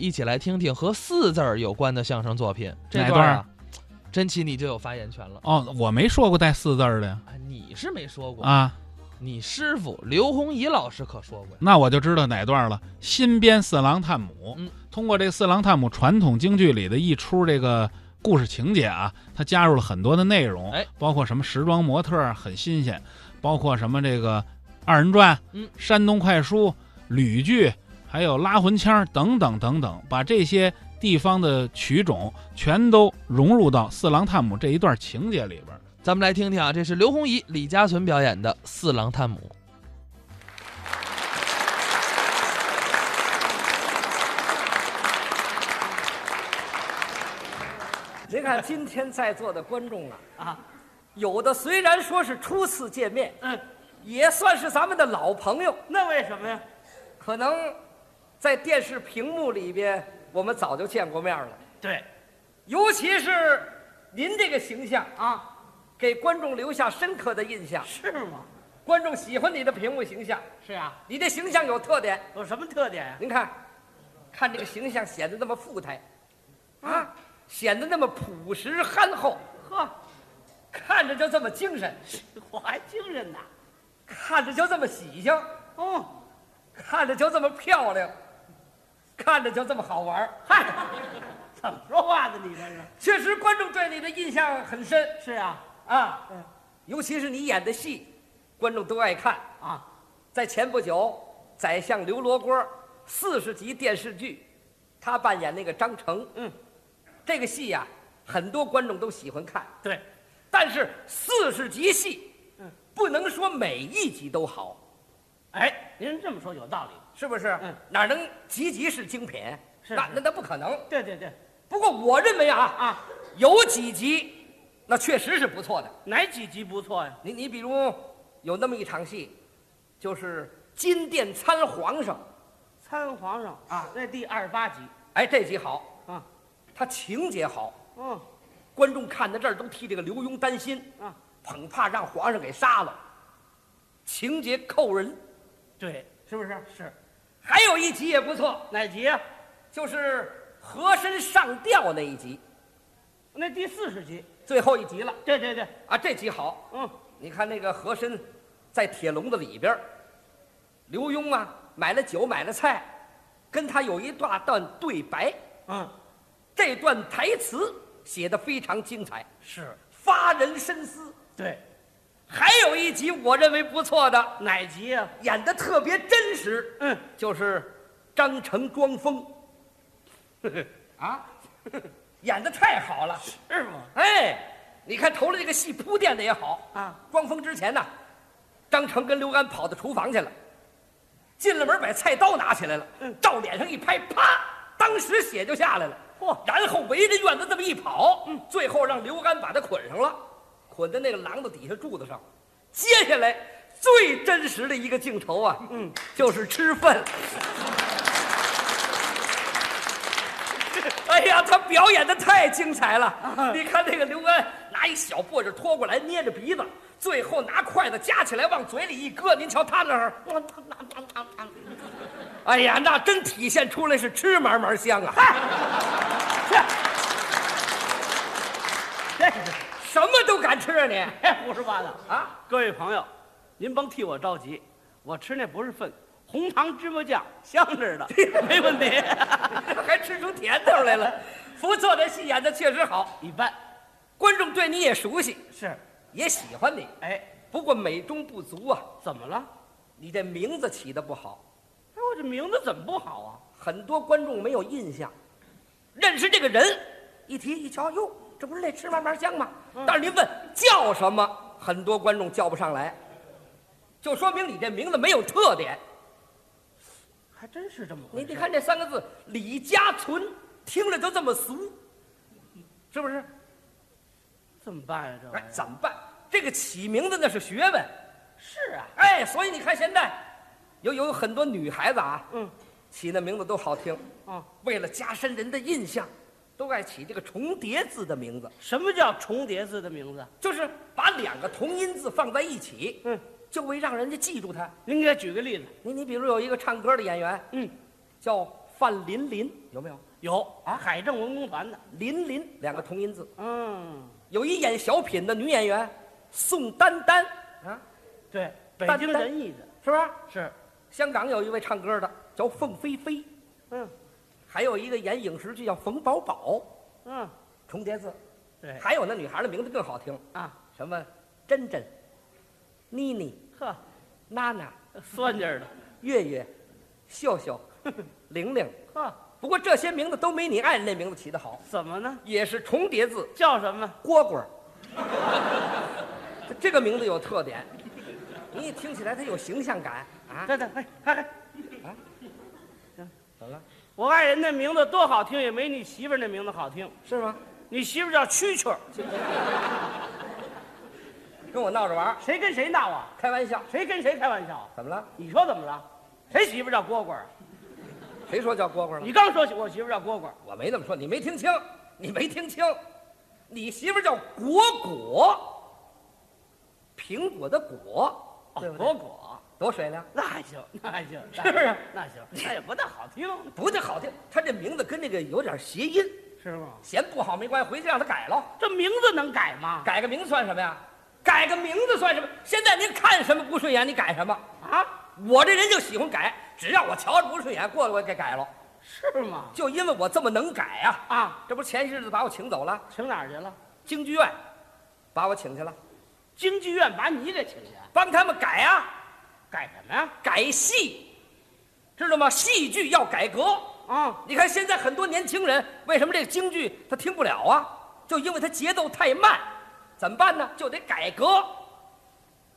一起来听听和四字儿有关的相声作品。这哪段儿段儿啊，真奇你就有发言权了。哦，我没说过带四字儿的呀。啊你是没说过，啊，你师傅刘洪仪老师可说过呀。那我就知道哪段了。新编四郎探母，嗯通过这四郎探母传统京剧里的一出这个故事情节啊，它加入了很多的内容，哎，包括什么时装模特儿很新鲜，包括什么这个二人转、嗯山东快书、吕剧，还有拉魂腔儿等等等等，把这些地方的曲种全都融入到四郎探母这一段情节里边儿。咱们来听听啊，这是刘洪仪、李家存表演的《四郎探母》。 您看今天在座的观众啊，啊，有的虽然说是初次见面，嗯，也算是咱们的老朋友，那为什么呀？可能在电视屏幕里边我们早就见过面了。对，尤其是您这个形象，啊，给观众留下深刻的印象，是吗？观众喜欢你的屏幕形象，是啊，你的形象有特点。有什么特点呀、您看，看这个形象显得那么富态，啊，显得那么朴实憨厚，看着就这么精神。呵，我还精神呢。看着就这么喜庆，哦，看着就这么漂亮，看着就这么好玩儿嗨，怎么说话呢？你这是？确实，观众对你的印象很深是啊，啊，尤其是你演的戏，观众都爱看。啊，在前不久，宰相刘罗锅四十集电视剧，他扮演那个张成，嗯，这个戏呀、很多观众都喜欢看。对，但是四十集戏，嗯，不能说每一集都好，哎，您这么说有道理。是不是？嗯哪能集集是精品？是那是那那不可能。对对对，不过我认为啊啊，有几集，那确实是不错的。哪几集不错呀？你你比如有那么一场戏，就是金殿参皇上，参皇上啊，那第二十八集哎，这集好，啊，它情节好，嗯观众看到这儿都替这个刘墉担心，啊，恐怕让皇上给杀了，情节扣人。对，是不是？是还有一集也不错，哪集呀、就是和珅上吊那一集，那第四十集。最后一集了对对对，啊，这集好，嗯，你看那个和珅在铁笼子里边儿，刘墉啊买了酒买了菜，跟他有一大段对白，嗯，这段台词写的非常精彩，是，发人深思。对，还有一集我认为不错的，哪集呀、演的特别真实，嗯，就是张成装疯， 啊， 演的太好了。是吗？哎，你看头了这个戏铺垫的也好啊。装疯之前呢，张成跟刘安跑到厨房去了，进了门把菜刀拿起来了，照脸上一拍，啪，当时血就下来了。嚯！嗯然后围着院子这么一跑，最后让刘安把他捆上了，捆在那个廊子底下柱子上。接下来最真实的一个镜头啊，嗯，就是吃饭。哎呀，他表演的太精彩了！你看那个刘安拿一小簸箕拖过来，捏着鼻子，最后拿筷子夹起来往嘴里一搁，您瞧他那儿，哎呀，那真体现出来是吃嘛嘛香啊！ 这是。什么都敢吃啊你 别胡说八道啊！各位朋友，您甭替我着急，我吃那不是粪，红糖芝麻酱香着呢，没 问题。还吃出甜头来了。不错，这戏演的确实好，一般观众对你也熟悉，是，也喜欢你。哎，不过美中不足啊，怎么了？你这名字起的不好，哎，我这名字怎么不好啊？很多观众没有印象，认识这个人，一提一瞧，哟，这不是那吃嘛嘛香吗？但是您问叫什么，很多观众叫不上来，就说明你这名字没有特点。还真是这么回你事。你看这三个字“李家存”，听着就这么俗，是不是？怎么办啊呀？这玩哎意，儿怎么办？这个起名字那是学问，是啊，哎，所以你看现在有有很多女孩子啊，嗯，起那名字都好听，啊，为了加深人的印象，都爱起这个重叠字的名字。什么叫重叠字的名字？就是把两个同音字放在一起，嗯，就会让人家记住他。您给举个例子。你你比如有一个唱歌的演员嗯，叫范琳琳有没有？有啊，海政文工团的琳琳，两个同音字。嗯，有一演小品的女演员宋丹丹，啊，对，北丹京丹人艺的是吧？是，香港有一位唱歌的叫凤飞飞，嗯还有一个演影视剧叫冯宝宝，嗯，重叠字。对还有那女孩的名字更好听，啊，什么珍珍、妮妮、呵，娜娜、酸劲儿的，月月、秀秀、 玲玲。呵，不过这些名字都没你爱人那名字起得好，哦怎么呢？也是重叠字，叫什么？蝈蝈。 这个名字有特点，你一听起来它有形象感啊。等等，哎，看看，怎么了？我爱人那名字多好听，也没你媳妇儿那名字好听。是吗？你媳妇儿叫蛐蛐儿，跟我闹着玩儿，谁跟谁闹啊？开玩笑。谁跟谁开玩笑啊？怎么了？你说怎么了？谁媳妇儿叫蝈蝈儿啊？谁说叫蝈蝈了你？刚说我媳妇儿叫蝈蝈儿，我没那么说，你没听清，你没听清。你媳妇儿叫果果，苹果的果，哦对不对？蝈蝈，多水灵，那还行，那还行，是不是？那行，那也不大好听，不太好听。他这名字跟这个有点谐音，是吗？嫌不好没关系，回去让他改了。这名字能改吗？改个名算什么呀？改个名字算什么？现在您看什么不顺眼，你改什么。啊，我这人就喜欢改，只要我瞧着不顺眼，过了我给改了。是吗？就因为我这么能改呀、啊，这不是前些日子把我请走了，请哪儿去了？京剧院把我请去了，京剧院把你给请去，帮他们改啊。改什么呀？改戏，知道吗？戏剧要改革。啊，你看现在很多年轻人为什么这个京剧他听不了啊？就因为他节奏太慢，怎么办呢？就得改革。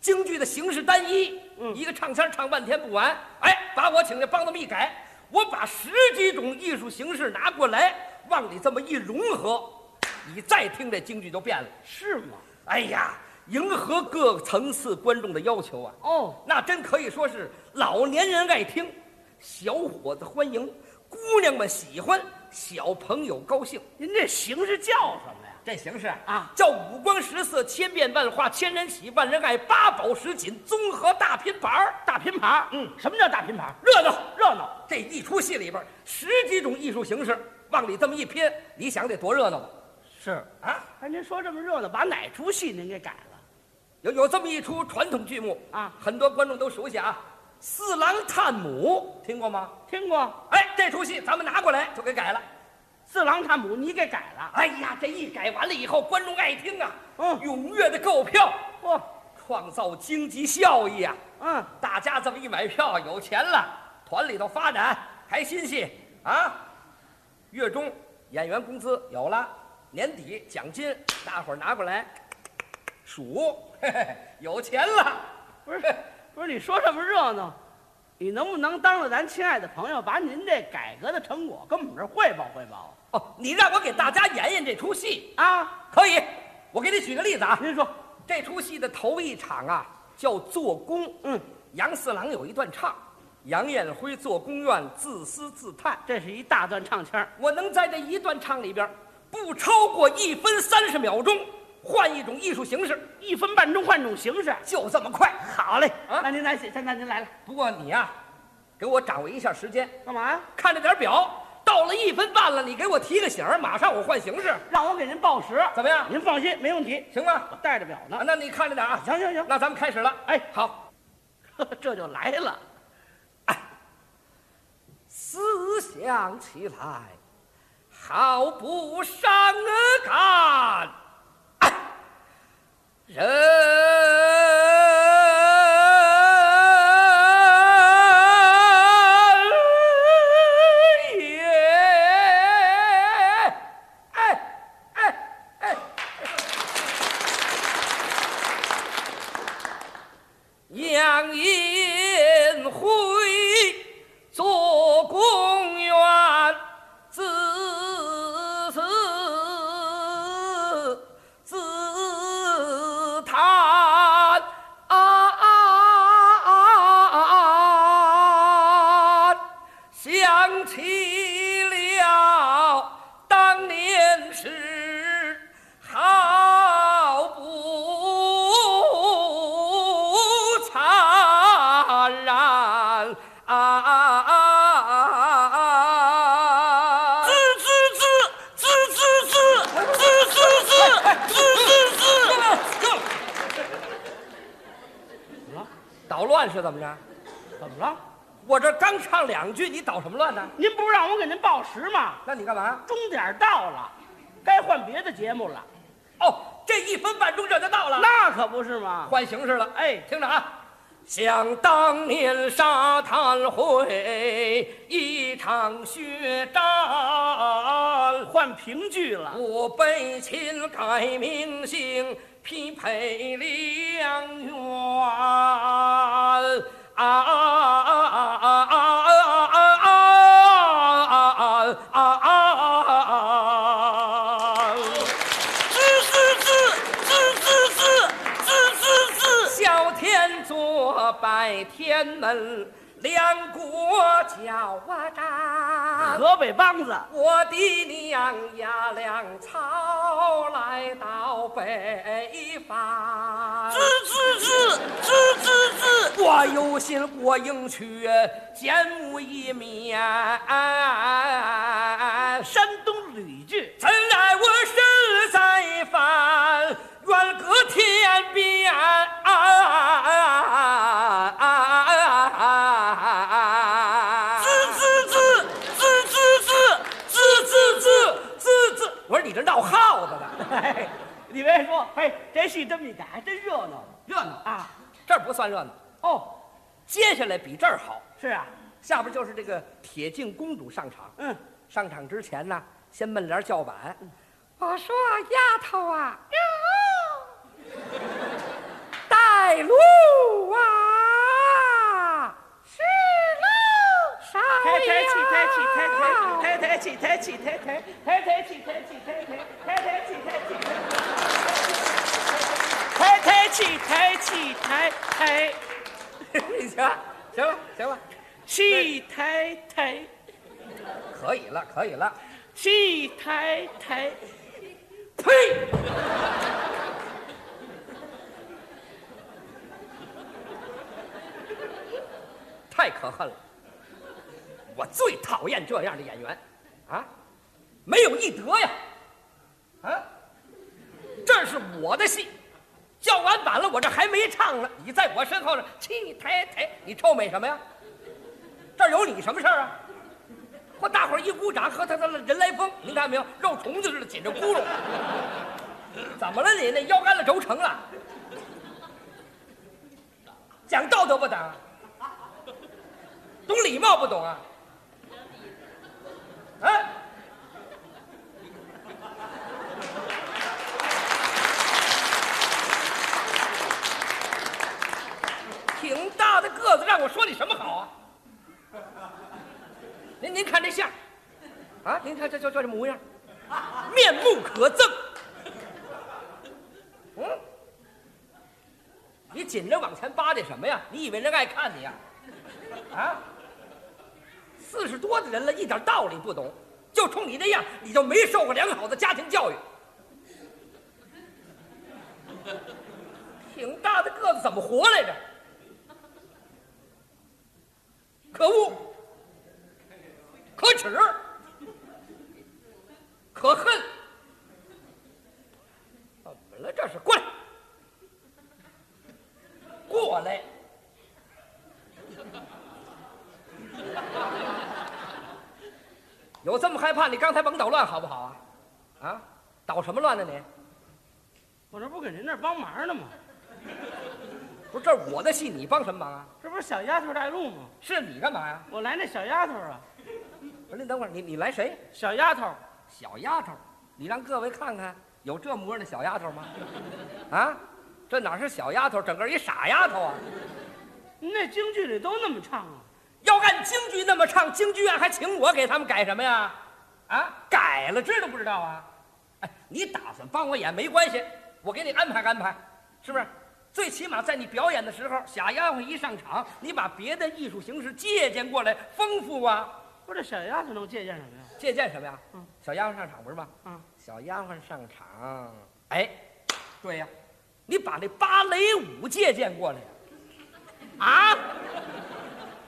京剧的形式单一，一个唱腔唱半天不完，哎，把我请来帮他们一改，我把十几种艺术形式拿过来，往里这么一融合，你再听这京剧就变了。是吗？哎呀，迎合各层次观众的要求啊！哦，那真可以说是老年人爱听，小伙子欢迎，姑娘们喜欢，小朋友高兴。您这形式叫什么呀？这形式啊叫五光十色、千变万化、千人喜、万人爱、八宝十锦综合大拼盘儿大拼盘儿，嗯什么叫大拼盘儿？热闹。热闹，这一出戏里边儿十几种艺术形式往里这么一拼，你想得多热闹吧？是啊，哎，您说这么热闹，把哪出戏您给改了？有有这么一出传统剧目啊很多观众都熟悉啊，《四郎探母》听过吗？听过哎，这出戏咱们拿过来就给改了。四郎探母，你给改了？哎呀，这一改完了以后，观众爱听啊，嗯踊跃的购票，嚯、创造经济效益啊！嗯，大家这么一买票，有钱了，团里头发展还新鲜啊！月中演员工资有了，年底奖金大伙儿拿过来数，嘿嘿，有钱了。不是，不是，你说这么热闹，你能不能当着咱亲爱的朋友，把您这改革的成果跟我们这儿汇报汇报哦，你让我给大家演演这出戏，啊？可以？我给你举个例子啊，您说，这出戏的头一场啊叫做工，嗯，杨四郎有一段唱，杨艳辉做公院自私自叹。这是一大段唱腔儿，我能在这一段唱里边，不超过一分三十秒钟，换一种艺术形式，一分半钟换种形式。就这么快。好嘞，啊那您来，现在您来了，不过你呀、啊给我掌握一下时间，干嘛呀？看着点表，到了一分半了，你给我提个醒儿，马上我换形式，让我给您报时，怎么样？您放心，没问题，行吗？我带着表呢啊，。那你看着点啊。行行行，那咱们开始了。哎好， 这就来了。思想起来，好不伤感。哎人也，哎哎哎，杨延辉做公园自私自叹。乱是怎么着？怎么了？我这刚唱两句，你捣什么乱呢？您不是让我给您报时吗？那你干嘛？终点到了，该换别的节目了。哦，这一分半钟这就到了，那可不是嘛。换形式了。哎听着啊，想当年沙滩会一场血战，换评剧了，我被秦改名姓，匹配良缘。滋滋滋滋滋滋滋滋滋。小天坐拜天门，两国交啊战。河北梆子，我的娘呀，粮草来到北方，滋滋滋滋滋，我有心过营去，见无一面。山东吕剧，怎奈我身在犯，远隔天边。滋滋滋滋滋滋滋滋滋。滋滋，我说你这闹耗子呢，嘿，你别说，嘿，这戏这么一改，还真热闹热闹，啊！这儿不算热闹，哦，接下来比这儿好。是啊，下边就是这个铁镜公主上场。嗯，上场之前呢，先闷帘叫板。我说丫头啊，带路啊，是喽，少抬抬起，抬起，抬抬，抬抬起，抬起，抬抬，抬抬起，抬起，抬抬，抬抬起，抬起，抬抬起，抬起，抬抬你行了，行了，行了，起，抬抬可以了，可以了。起，抬抬，呸！太可恨了！我最讨厌这样的演员，啊，没有艺德呀！啊，这是我的戏，叫完板了，我这还没唱呢，你在我身后呢，气抬抬，你臭美什么呀？这儿有你什么事儿啊？嚯，大伙儿一鼓掌，和他他人来疯，您看没有，肉虫子似的紧着咕噜。怎么了你？那腰杆子轴承了？讲道德不讲？懂礼貌不懂啊？啊？挺大的个子，让我说你什么好啊？您您看这相，啊，您看这这这这模样，面目可憎。嗯，你紧着往前扒拉什么呀？你以为人爱看你呀？啊，四十多的人了，一点道理不懂，就冲你这样，你就没受过良好的家庭教育。挺大的个子，怎么活来着？可恶，可耻，可恨！怎么了？这是过来，过来！ 有这么害怕？你刚才甭捣乱好不好啊？啊，捣什么乱呢你？我这不给您那儿帮忙呢吗？不是这是我的戏，你帮什么忙啊？这不是小丫头带路吗？是你干嘛呀？我来那小丫头啊，不是，你等会儿，你你来谁？小丫头，小丫头，你让各位看看，有这模样的小丫头吗？啊，这哪是小丫头，整个一傻丫头啊！您那京剧里都那么唱啊？要按京剧那么唱，京剧院还请我给他们改什么呀？啊，改了知道不知道啊？哎，你打算帮我演没关系，我给你安排安排，是不是？最起码在你表演的时候，小丫鬟一上场，你把别的艺术形式借鉴过来，丰富啊！不是这小丫头能借鉴什么呀？借鉴什么呀？嗯小丫鬟上场不是吗？啊，小丫鬟上场，哎，对呀、你把那芭蕾舞借鉴过来呀，啊！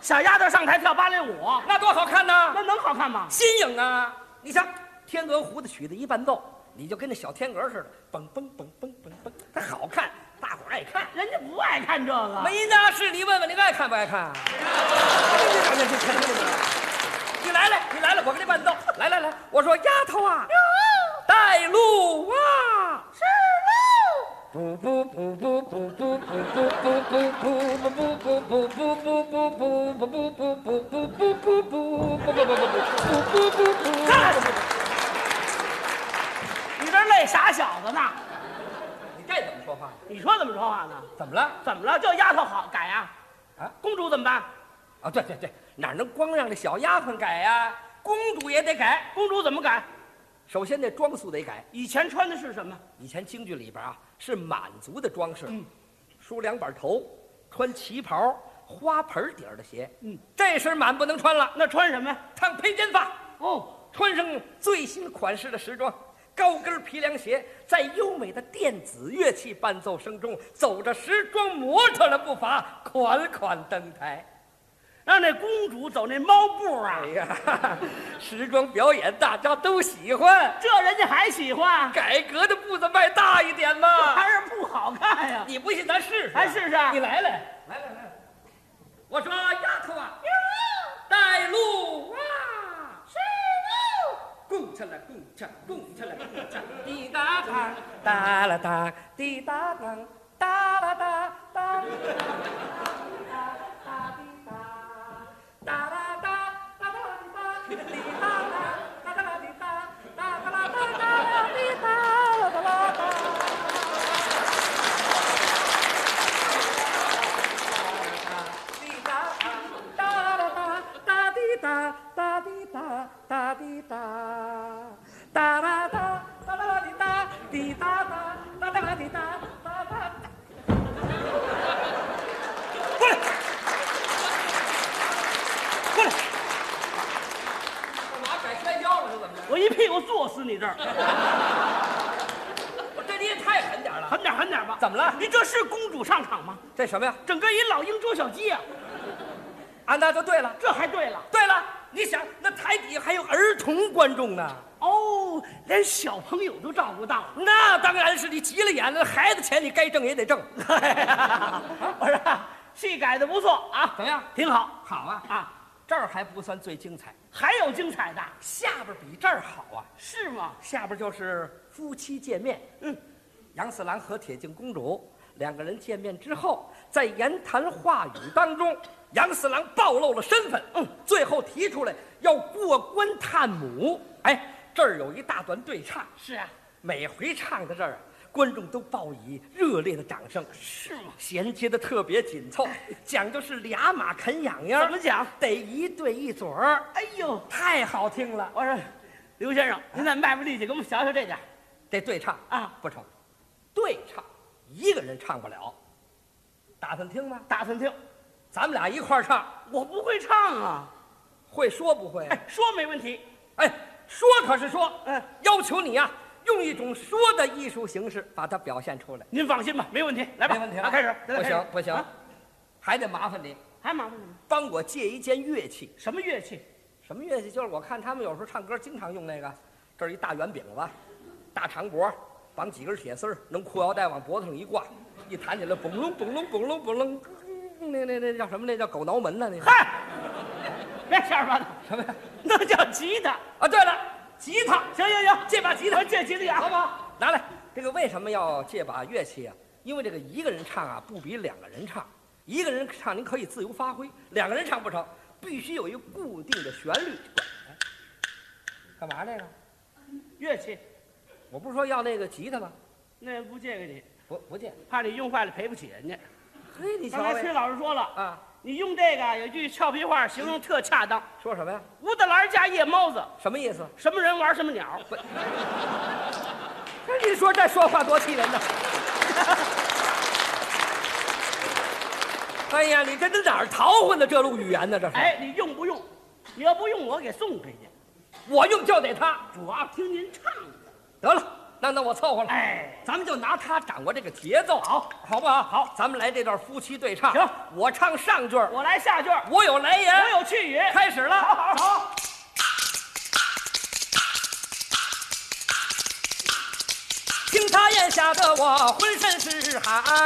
小丫头上台跳芭蕾舞，那多好看呐！那能好看吗？新颖啊！你像天鹅湖的曲子一伴奏，你就跟那小天鹅似的，蹦蹦蹦蹦蹦蹦，它好看，大伙伙爱看。人家不爱看这个。没那事，你问问你爱看不爱看？你来来，你来了，我给你伴奏。来来来，我说丫头啊，带路啊！是路。不不不不不不不不不不不不不不不不不不不不不不不不不不不不不不看，你这累傻小子呢？你这怎么说话？你说怎么说话呢？怎么了？怎么了？叫丫头好改呀、啊？啊公主怎么办？啊，对对对，哪能光让这小丫鬟改呀？公主也得改，公主怎么改？首先这装束得改。以前穿的是什么？以前京剧里边啊是满族的装饰，梳两板头，穿旗袍，花盆底儿的鞋。嗯这身满不能穿了，那穿什么呀？烫披肩发，哦，穿上最新款式的时装，高跟皮凉鞋，在优美的电子乐器伴奏声中，走着时装模特的步伐，款款登台。 让那公主走那猫步啊哎，呀，哈哈时装表演大家都喜欢，这人家还喜欢，改革的步子迈大一点嘛。还是不好看哎呀、你不信，咱试试啊，咱试试啊你来来，来来来，我说丫头啊，带路啊，是路。拱起来，拱起来，拱起来，拱起来，滴答当，哒啦哒，滴答当，哒啦哒，哒啦哒，哒啦哒，哒啦哒，滴答当，哒啦滴答，哒啦哒，哒啦滴答，哒啦哒。滴答哒啦哒哒滴答哒滴答哒滴答哒啦哒哒啦啦滴答滴答哒哒哒啦滴答哒哒。过来，过来！干嘛改摔跤了是怎么着？我一屁股坐死你这儿，我这你也太狠点儿了！狠点狠点吧。怎么了你这是公主上场吗？这什么呀？整个一老鹰捉小鸡呀、啊，那就对了，这还对了对了！你想，那台底下还有儿童观众呢。哦，连小朋友都照顾到了。那当然是你急了眼了，孩子钱你该挣也得挣。 我说戏改的不错啊，怎么样？挺好好啊啊！啊，这儿还不算最精彩，还有精彩的，下边比这儿好啊！是吗？下边就是夫妻见面。嗯，杨四郎和铁镜公主两个人见面之后，在言谈话语当中，杨四郎暴露了身份。嗯，最后提出来要过关探母。哎，这儿有一大段对唱，是啊，每回唱到这儿啊，观众都报以热烈的掌声。是吗？哎衔接的特别紧凑，讲究是俩马啃痒痒，怎么讲？得一对一嘴儿，哎呦，太好听了。我说刘先生，您再卖卖力气，给我们瞧瞧这点儿。这对唱啊不成，对唱一个人唱不了，打算听吗？打算听，咱们俩一块儿唱，我不会唱啊，会说不会？啊哎，说没问题，哎，说可是说，嗯要求你呀、用一种说的艺术形式把它表现出来，您放心吧，没问题。来吧，没问题啊了。开始，不开始行不行啊，还得麻烦你还麻烦你们帮我借一件乐器。什么乐器？什么乐器？就是我看他们有时候唱歌经常用那个，这儿一大圆饼子，大长脖，绑几根铁丝儿，弄裤腰带往脖子上一挂，一弹起来，嘣隆嘣隆嘣隆嘣隆，那那那叫什么？那叫狗挠门呢？那个嗨，别瞎说八道，什么呀？那叫吉他。啊，对了，吉他，行行行，借把吉他我，借吉他啊呀，好不好？拿来。这个为什么要借把乐器啊？因为这个一个人唱啊，不比两个人唱。一个人唱您可以自由发挥，两个人唱不成，必须有一个固定的旋律。干嘛这个？乐器我不是说要那个吉他吗？那不借给你，不不见。怕你用坏了赔不起人家。嘿，你瞧刚才崔呗老师说了，啊，你用这个有句俏皮话形容特恰当，说什么呀？武大郎加夜猫子，什么意思？什么人玩什么鸟。这你说这说话多气人呐！ 哎呀，你这这哪儿淘换的这路语言呢？这是，哎，你用不用？你要不用，我给送回去。我用就得它。主要听您唱的。得了，那那我凑合了。哎，咱们就拿它掌握这个节奏，好，好不好？好，咱们来这段夫妻对唱。行，我唱上句儿，我来下句儿，我有来言，我有去语。哎开始了。好好好，听他演吓得我浑身是汗。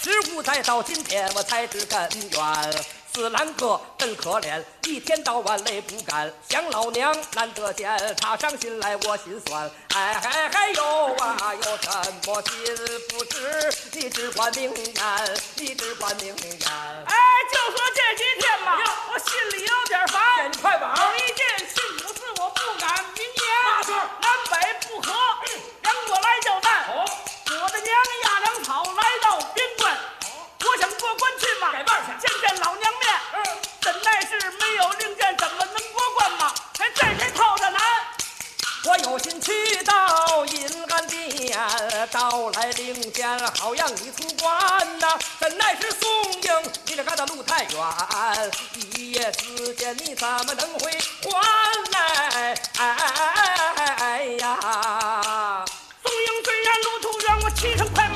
十五载到今天，我才知根源。四郎哥真可怜，一天到晚泪不干，想老娘难得见，他上心来我心酸。哎嗨嗨哟啊，有什么心不知？你只管明言，你只管明言。哎，就说这几天吧，我心里有点烦。你快板有一件幸福事我不敢明言，嘛事儿嗯南北不和，让我来叫战。我的娘压粮草来到边关，我想过关去嘛，改嗯腕儿去见见老娘面。怎奈是没有令箭，怎么能过关嘛？还在这套着难。我有心去到银安殿，到来领见，好让你出关呐、怎奈是宋营，你这疙瘩路太远，一夜之间你怎么能回还来？哎哎呀！宋营虽然路途远，我骑上快